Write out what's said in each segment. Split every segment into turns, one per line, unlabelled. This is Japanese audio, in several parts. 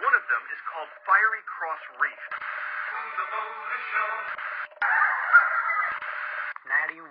One of them is called Fiery Cross Reef.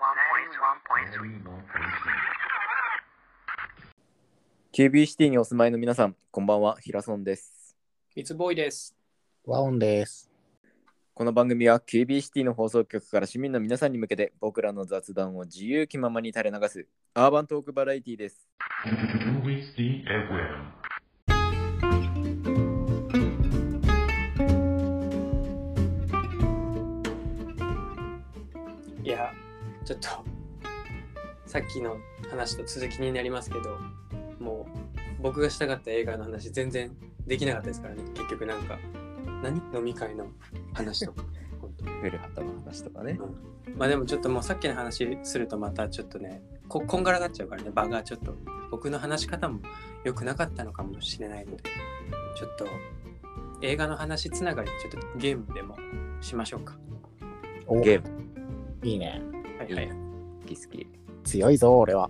Ninety-one point
QB シティにお住まいの皆さん、こんばんは、ヒラソンです。
ミツボーイです。
和音です。
この番組は QB シティの放送局から市民の皆さんに向けて僕らの雑談を自由気ままに垂れ流すアーバントークバラエティです。
USD FM.
いや、ちょっと、さっきの話と続きになりますけど、もう、僕がしたかった映画の話、全然できなかったですからね、結局なんか、何飲み会の話 とか。本当
古畑の話とかね。
まあでもちょっともうさっきの話するとまたちょっとね、ここんがらがっちゃうからね、場がちょっと、僕の話し方も良くなかったのかもしれないので、ちょっと、映画の話つながり、ちょっとゲームでもしましょうか。
お
ゲーム、
いいね。
はいはい。
好き好き。
強いぞ、俺は。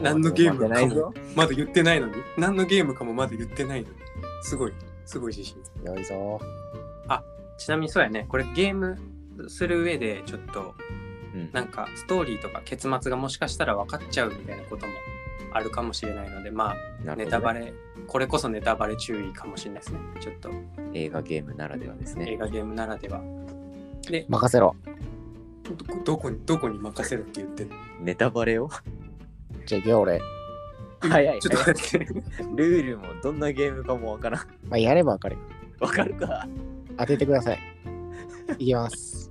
何のゲーム
負け
か
ない
も
ぞ。
まだ言ってないのに何のゲームかもまだ言ってないのにすごいすごい自信
強いぞ。
ちなみにそうやねこれゲームする上でちょっと
うん
なんかストーリーとか結末がもしかしたら分かっちゃうみたいなこともあるかもしれないのでま
な
あ
るほど
ネ
ね
タバレこれこそネタバレ注意かもしれないですねちょっと
映画ゲームならではです
映
ね。
画ゲームならでは
任せろ。
どどこにどこに任せるって言ってる
ネタバレを
じゃあ、行くよ、俺。
早い
ちょっと待 って
ルールもどんなゲームかもわからん。
まあ、やればわかる。
わかるか
当ててください。いきます。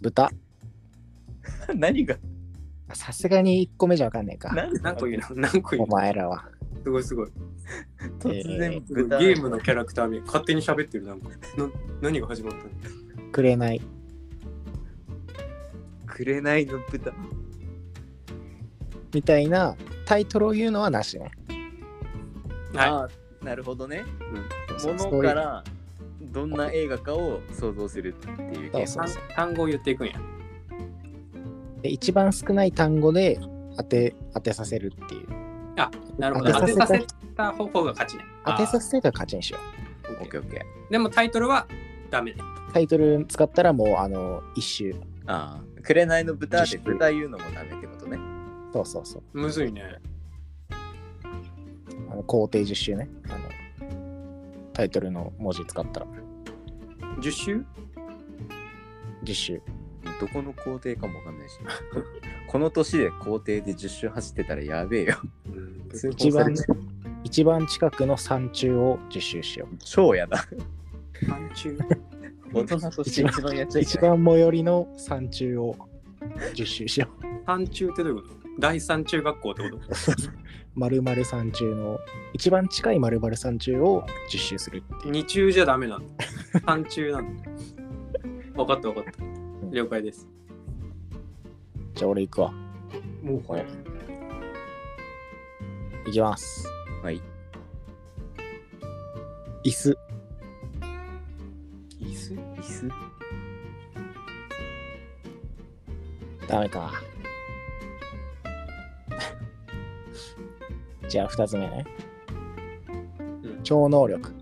豚。
何が
さすがに1個目じゃわかんないか。
何
何個言うの何個言
お
うの
前らは。
すごいすごい
突然
すごい
豚、
ゲームのキャラクターに勝手に喋ってるなんかな何が始まったの
くれない。
くれないの豚。
みたいなタイトルを言うのはなしね。
はい
ああ、なるほどね。
そ
も
うそ
の
うそういう
からどんな映画かを想像するっていうゲーム
そう
単単語を言っていくんや。
で一番少ない単語で当て当てさせるっていう。
あ、なるほど。
当
当
て
てさ
させ
せ
た
た方法が勝ちね。
当てさ
せ
せたら勝ちにしよ
オッケーオッケー。
でもタイトルはダメね。
う。タイトル使ったらもう、あの、一周。
ああ、紅の豚で
自粛
豚言うのもダメってことね。
そうそうそう。
むずいね。
あの工程10周ねあのタイトルの文字使ったら
10周
10周
どこの工程かもわかんないし。 この年で工程で10周走ってたらやべえ よ。通報
一
さ
番
れる
一番近くの山中を10周しよう
超や だ。
半中。
大人として一番やっちゃい
一
けない。
番最寄りの山中を10周しよう
半中ってどういうこと第三中学校ってこと
丸々山中の一番近い丸々山中を10周するっていう
二中じゃダメなの。半中なの。分かった分かった。了解です。
じゃあ俺行くわ
もう
早い行きます
はい
椅子
椅子
椅子
ダメか じゃあ2つ目ね、
うん
超能力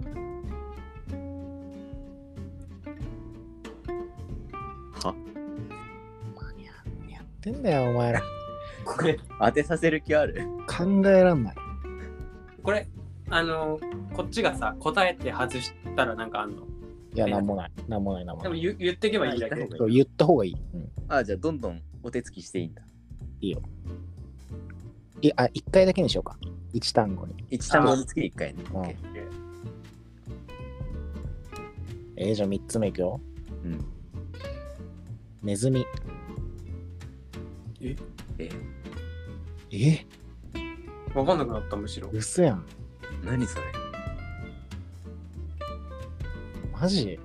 は
何ややってんだよ、お前ら。
これ、
当てさせる気ある
考えらんない。
これ、あの、こっちがさ、答えて外したらなんかあんの。
いや、
え
なんもない。なんもない、なんも
でも
ない。
言言ってけばいいだけ。
そう言った方がいい。うん、
ああ、じゃあどんどんお手つきしていいんだ。
いあ、一回だけにしようか。一単語に。
1単語につき1回ね。
うん
オッケー
えー、じゃあ三つ目いくよ。
うん。
ネズミ。
えー、
え
分かんなくなったむしろ。
嘘やん。
何それ
マジ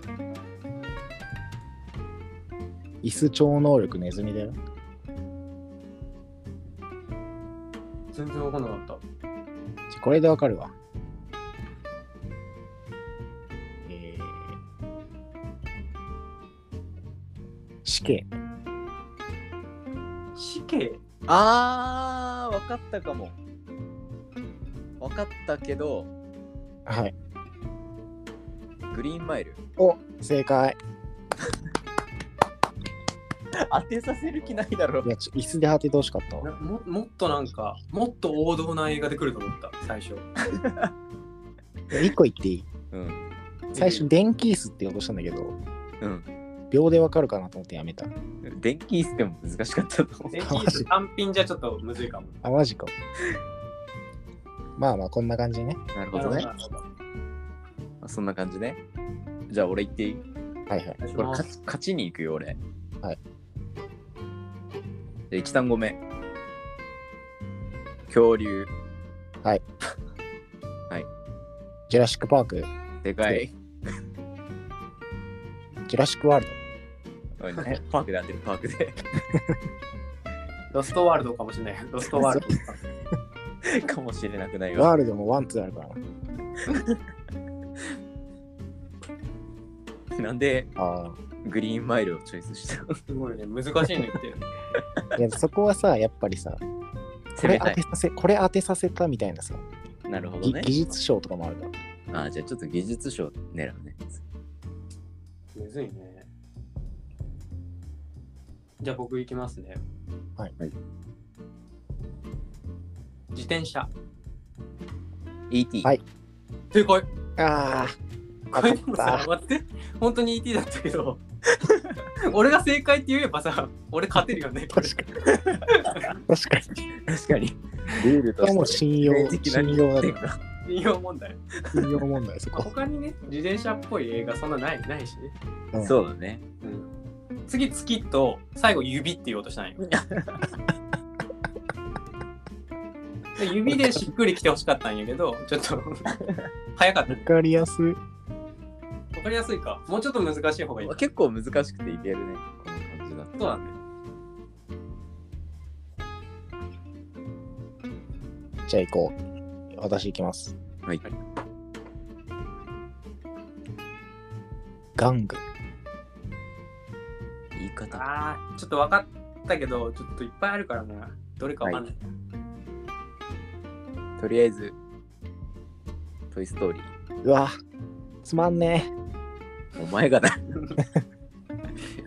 椅子超能力ネズミだよ。
全然分かんなかった。
じゃこれでわかるわ。えー、死刑。
死刑
あー、わかったかも。わかったけど、
はい。
グリーンマイル。
お、正解。
当てさせる気ないだろ
い。や、ちょ椅子で当ててほしかったわ。
なももっとなんかもっと王道な映画で来ると思った最初
1個言っていい
うん。
最初、電気椅子って言おうとしたんだけど、
うん。
秒でわかるかなと思ってやめた。
電気椅子でも難しかったと思う。
電気椅子単品じゃちょっとむずいかも
あ、マジか。まあまあ、こんな感じね。
なるほどね。そんな感じね。じゃあ俺言っていい
はいはい。
これ勝ち勝ちに行くよ俺。
はい。
で、一単語目。恐竜。
ジュラシック・パーク、
でかい。
ジュラシック・ワール
おいねパークで当てるパークで。
ロストワールドかもしれないロストワー ル
かもしれなくない
ド。ワ
わ。
ールドもワン、ツーあるからな。
なんで
あ
グリーンマイルをチョイスしたの
ド すごいね難しいの言ってる
あ。いや、そこはさ、やっぱりさ、こ
攻
れ
め
当
たい
て。させ、これ当てさせたみたいなさ、
なるほど
ぎ
ね。
技術賞とかもあるから。
あーじゃあちょっと技術賞狙うね。
むずいね。じゃあ僕行きますね。
はい
はい。
自転車。
ET。
はい
正解
ああ、
これもさ、待って、本当に ET だったけど、 俺が正解って言えばさ、俺勝てるよね。これ
確かに。
確かに。ルール
こと れはもう
して。
信用、
的な
信用だね。
引用問題。
信用問題、そこ。
他にね、自転車っぽい映画そんなないないしね。
うん
そうだね。
うん。次、月と最後、指って言おうと したんよ。で指でしっくりきてほしかったんやけど、ちょっと早かった、
わ
ね。
かりやすい。
わかりやすいか。もうちょっと難しい方がいい。
結構難しくていけるね。この感じだと。
そうだね。
じゃあ行こう。私行きます。
はい。
玩具。
言い方。
ああ、ちょっと分かったけど、ちょっといっぱいあるからな。どれか分かんない。
とりあえず、トイストーリー。
うわ、つまんね
お前がだ。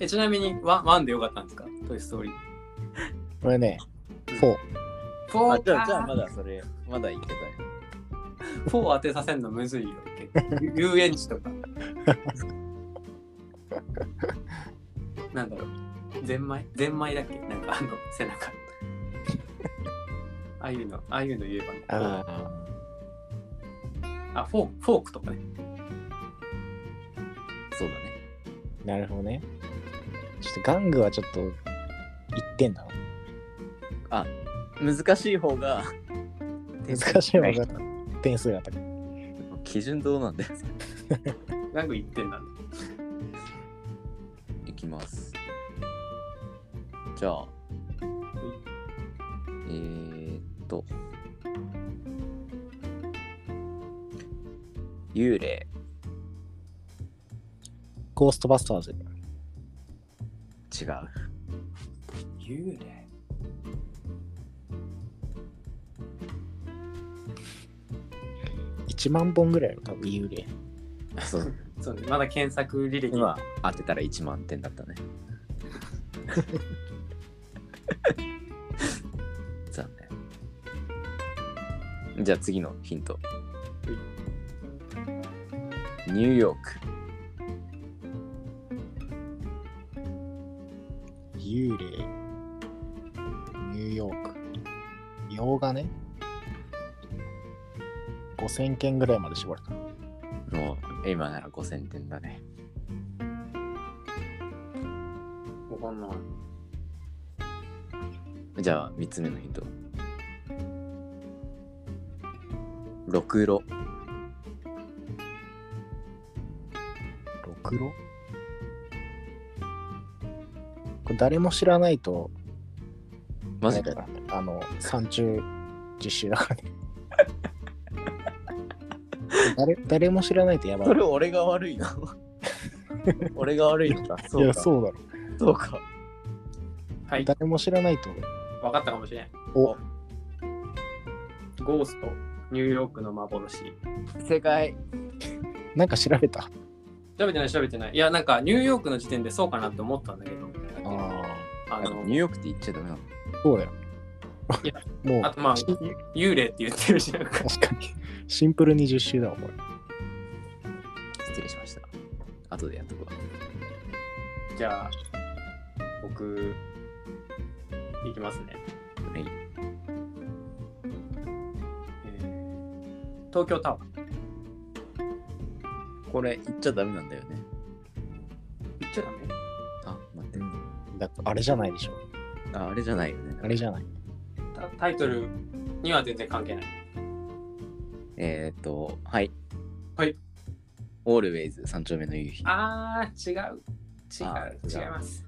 えちなみにワン、ワンでよかったんですかトイ・ストーリー。
え。これね、フォー。
フォ
あ、
ー
じゃあ、じゃあ
あ
まだそれ、まだいけたよ。
ーフォー当てさせんのむずいよ。結構ゆ遊園地とか。なんだろう。ゼンマイゼンマイだっけなんかあの、背中。ああいうの、ああいうの言えばね。
あ
あ、フォーフォークとかね。
そうだね。
ーなるほどね。ちょっと玩具はちょっと、1点だな。
難しい方が、
難しいわが点数が高い。
基準どうなんだよ。
なんか言ってんなんで。
いきます。じゃあ、えー、っと、幽霊、
ゴーストバスターズ。
違う。
幽霊。
1万本ぐらいある、多分幽霊。
そう
そうね、まだ検索履歴
今当てたら1万点だったね。 残念。じゃあ次のヒント。ニューヨーク。
幽霊。ニューヨーク。洋画ね。5000件ぐらいまで絞れた。
もう今なら5000点だね。
わかんない。
じゃあ3つ目のヒント。ろくろ。
ろくろこれ誰も知らないと、
マジかよ。
あれだなあの、三中実習だからね。 誰誰も知らないとやばい。
それ俺が悪い の俺が悪いのか。
い
そう
や、
か。
そうだろ。
そうか。
はい、
誰も知らないと、
分かったかもしれん。
お、
ゴースト。ニューヨークの幻。調
正解。
なんか調べた。
べてない、調べてない。いや、なんかニューヨークの時点でそうかなって思ったんだけど、
あ
あの
ニューヨークって言っちゃダメなの。
あ、そうだよ
いや。
もう、
あとまあ
し
幽霊って言ってるじゃん。
確かに。シンプルに10周だわ、これ。
失礼しました。後でやっとくわ。
じゃあ、僕、いきますね。
はい。
えー東京タワー。
これ言っちゃダメなんだよね。
言っちゃダメ
あ、待って。
だあれじゃないでしょ。
あ、あれじゃないよね。
あれじゃない。
タタイトルには全然関係ない。
えっ、ー、と、はい。
はい。
オールウェイズ三丁目の夕日。
あー、違う。違
あ
う。
違う
違います。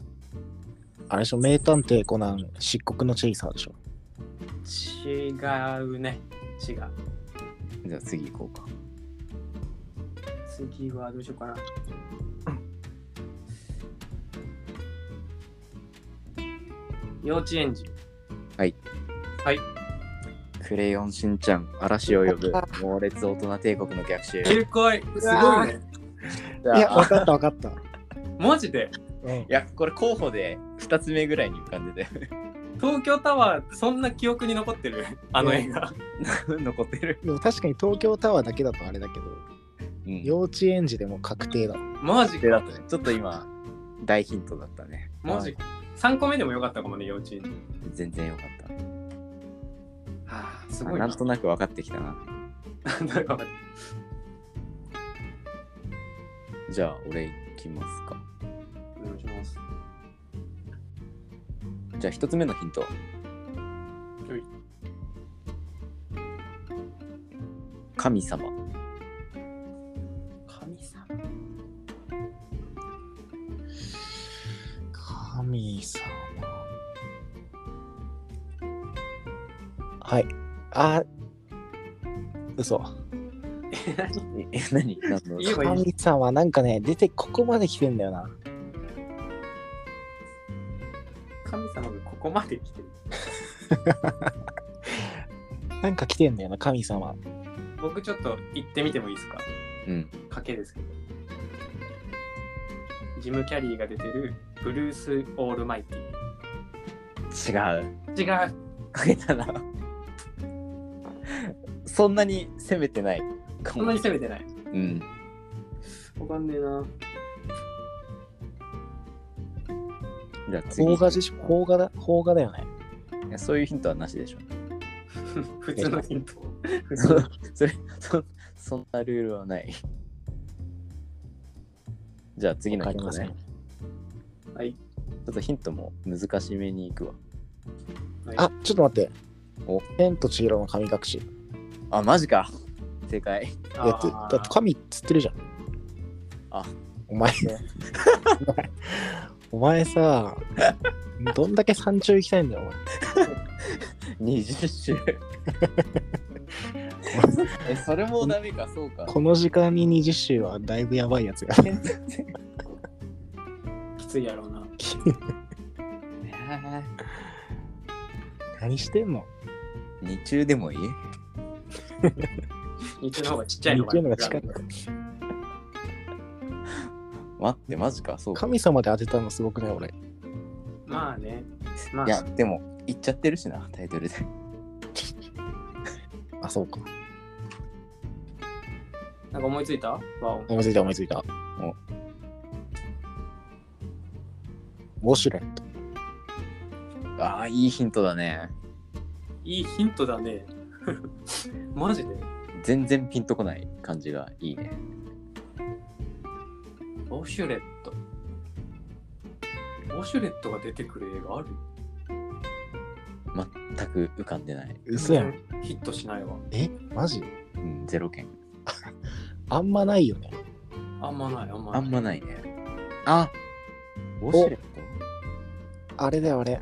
あれでしょ、名探偵コナン、漆黒のチェイサーでしょ。
違うね。違う。
じゃあ次行こうか。
次はどうしようか な。幼稚園児。
クレヨンしんちゃん、嵐を呼ぶ、猛烈大人帝国の逆襲。
えこい。すごいね。
じ
いや、
ゃあ
わかったわかった。
マジで
うん
い、や、これ候補で2つ目ぐらいに浮かん でて、
東京タワー、そんな記憶に残ってるあの映画。
残ってる。
でも確かに東京タワーだけだとあれだけど、
うん
幼稚園児でも確定だわ。
マジ
でだ
か
っ。たねちょっと今、大ヒントだったね。
マジか。3個目でもよかったかもね、幼稚園児。
全然よかった。
はあ、す
あ
ごい
な
な。
んとなく分かってきたな。
なん か
じゃあ、俺行きますか。
お願いします。
じゃあ、1つ目のヒント。
い
神様。
神様。
神様。はい。あ、嘘。
え、何何の
言えばいい
神様、なんかね、出てここまで来てんだよな。
神様がここまで来てる。
なんか来てんだよな、神様。
僕ちょっと行ってみてもいいですか
うん。
賭けですけど。ジム・キャリーが出てるブルース・オールマイテ
違う。
ィ。違う。
かけたな。そんなに攻めてないかも。
そんなに攻めてない。
うん。
わかんねえな。
じゃあ次
邦画でしょ邦画だ、邦画だよね。
いやそういうヒントはなしでしょ。
普通のヒント。普通
そ
の
それそそんなルールはない。じゃあ次のヒント
わかり
ね。
ま
はい。
ちょっとヒントも難しめにいくわ。
はい
あ、ちょっと待って。
お
千と千尋の神隠し。
あ、マジか。正解。
だって、だ
あ
って神っつってるじゃん。
あ、
お前、 お前さ、どんだけ山頂行きたいんだよ、お前。
20種。え、それもダメか、そうか。
この時間に20周はだいぶやばいやつが。
ーきついやろうな。
何してんの
二中でもいい
日中の方がちっちゃいの
っていうのが近い。
待って、マジか、そうか。
神様で当てたのすごくね、俺。
まあね。ま
いや、
あ、
でも、言っちゃってるしな、タイトルで。
あ、そうか。
なんか思いついたわお。
思いついた思いついた。ウォシュレット。
ああ、いいヒントだね。
いいヒントだね。 マジで
全然ピンとこない感じがいいね。
ウォシュレット。ウォシュレットが出てくる映画ある
全く浮かんでない。
嘘やん。
ヒットしないわ。
え、マジ
うん、ゼロ件。
あんまないよね。
あんまない、あんまな
あ
い。
んまないね。あウォシュレッ
あれだよ、あれ。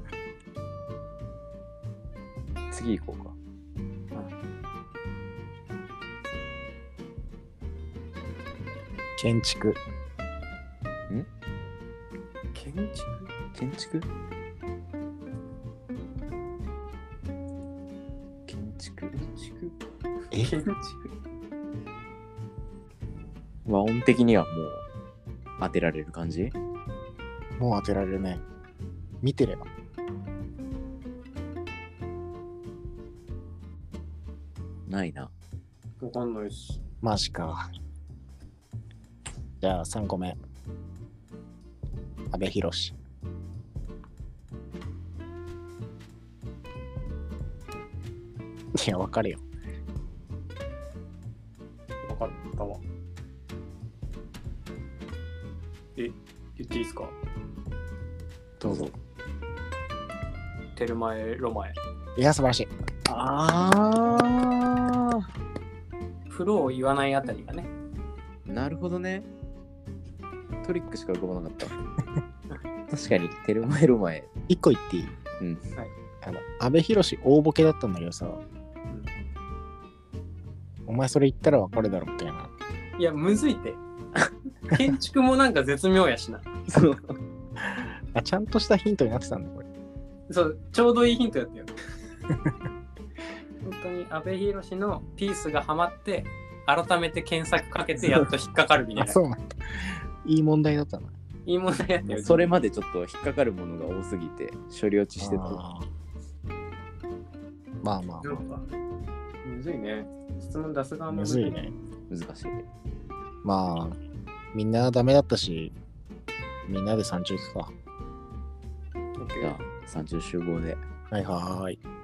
ト次行こうか。
建築。
建築
建築建
築築
え
建築
和音的にはもう当てられる感じ
もう当てられるね。見てれば。
ないな。
わかんないっす
マジか。じゃあ3個目。阿部寛。いや、わかるよ。
わかったわえ言っていいですか
どうぞ。
テルマエロマエ
いや、素晴らしい。
ああ
風呂を言わないあたりがね
なるほどね。トリックしか浮かばなかった。確かに、テルマエロマエ。
1個言っていい
うん
はい
あの、阿部寛大ボケだったんだけどさ、お前それ言ったらわかるだろみたいな。
いやむずい って建築もなんか絶妙やしな
そう。
あ、ちゃんとしたヒントになってたんだ、これ。
そうちょうどいいヒントや ったよ本当に阿部寛のピースがハマって改めて検索かけてやっと引っかかるみたい
あ、
な
そうなんだ。いい問題だったな。
いい問題やったよ
それまでちょっと引っかかるものが多すぎて、処理落ちしてた。
あーまあまあ
な
ま
んかむずいね質問出す
あ、
側も
むずいね。
難しい。
まあ、みんなダメだったし、みんなで山中行くか。
オッケ
じゃ
ー
あ、30集合で。
はいはーい。